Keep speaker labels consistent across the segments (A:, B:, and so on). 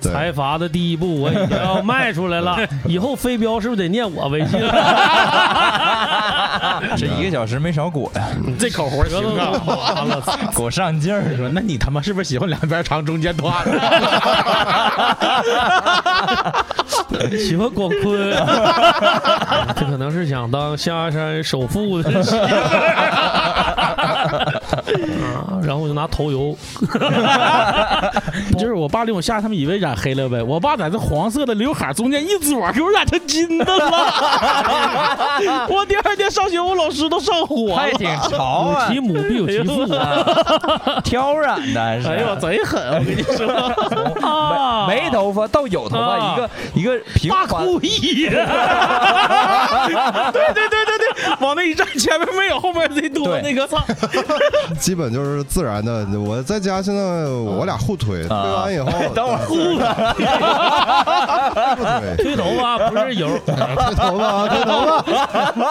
A: 对
B: 财阀的第一步我已经要迈出来了，以后飞镖是不是得念我为敬？
C: 这一个小时没少裹呀，
D: 你 这口活行啊！
B: 完了，
C: 裹上劲儿。
D: 说，那你他妈是不是喜欢两边长中间短？
B: 喜欢广坤， 这可能是想当象牙山首富 的媳妇儿。啊，然后我就拿头 油，
D: 就是我爸领我下，他们以为染黑了呗。我爸在这黄色的刘海中间一撮给我染成金的 了。我第二天上学，我老师都上火
C: 还
D: 了。
C: 挺潮啊，
B: 其母必有其父 啊
C: 挑染的还是，
D: 哎 呦，贼狠！我跟你说，
B: 啊！
C: 没头发到有头发，
B: 啊
C: 一个一个平
B: 大
C: 滑，
B: 故意，
D: 对对对对对，往那一站，前面没有，后面贼多
C: 对
D: 那个。
A: 基本就是自然的。我在家现在我俩互推，推完以后，
C: 等会儿
A: 互了，
B: 推头发不是油， 哎
A: 推头发啊，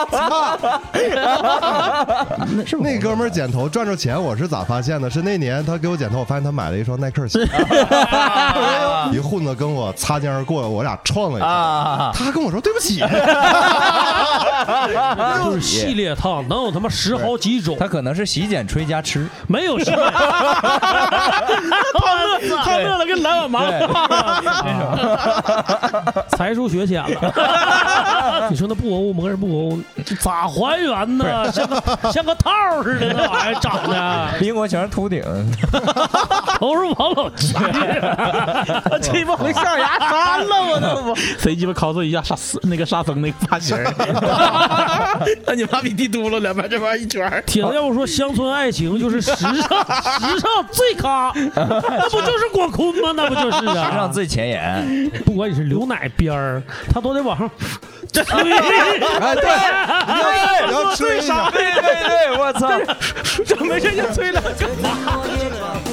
A: 推头发，操！那哥们儿剪头赚着钱，我是咋发现的？是那年他给我剪头，我发现他买了一双耐克鞋，一混子跟我擦肩而过，我俩撞了一下，
C: 啊，
A: 他跟我说对不起，
B: 就是系列烫，能有他妈十好几种，
C: 他可能是洗剪吹加吃，
B: 没 有系列。
D: 他乐，他乐了，跟蓝碗麻
C: 对， 哎
B: 才疏学浅了。 你说那布偶模人布偶这咋还原呢？像个像个套儿似的，那玩意儿长得啊
C: 英国全是秃顶，
B: 都是王老吉。
D: 我鸡巴回象牙山了，我都不。谁鸡巴 cos 一下沙僧那个沙僧那个发型儿？那你妈比地嘟噜两边这玩意儿一圈儿。
B: 铁子要不说乡村爱情就是时尚 时尚最咖，那不就是广坤吗？那不就是
C: 史上
B: 啊？
C: 最前 沿，
B: 不管你是留哪边儿，他都得往上。
A: 哎，对，你
C: 哎
A: 要你要吃一下。
C: 对对对，我操！
D: 整没事就吹了。
E: Forget about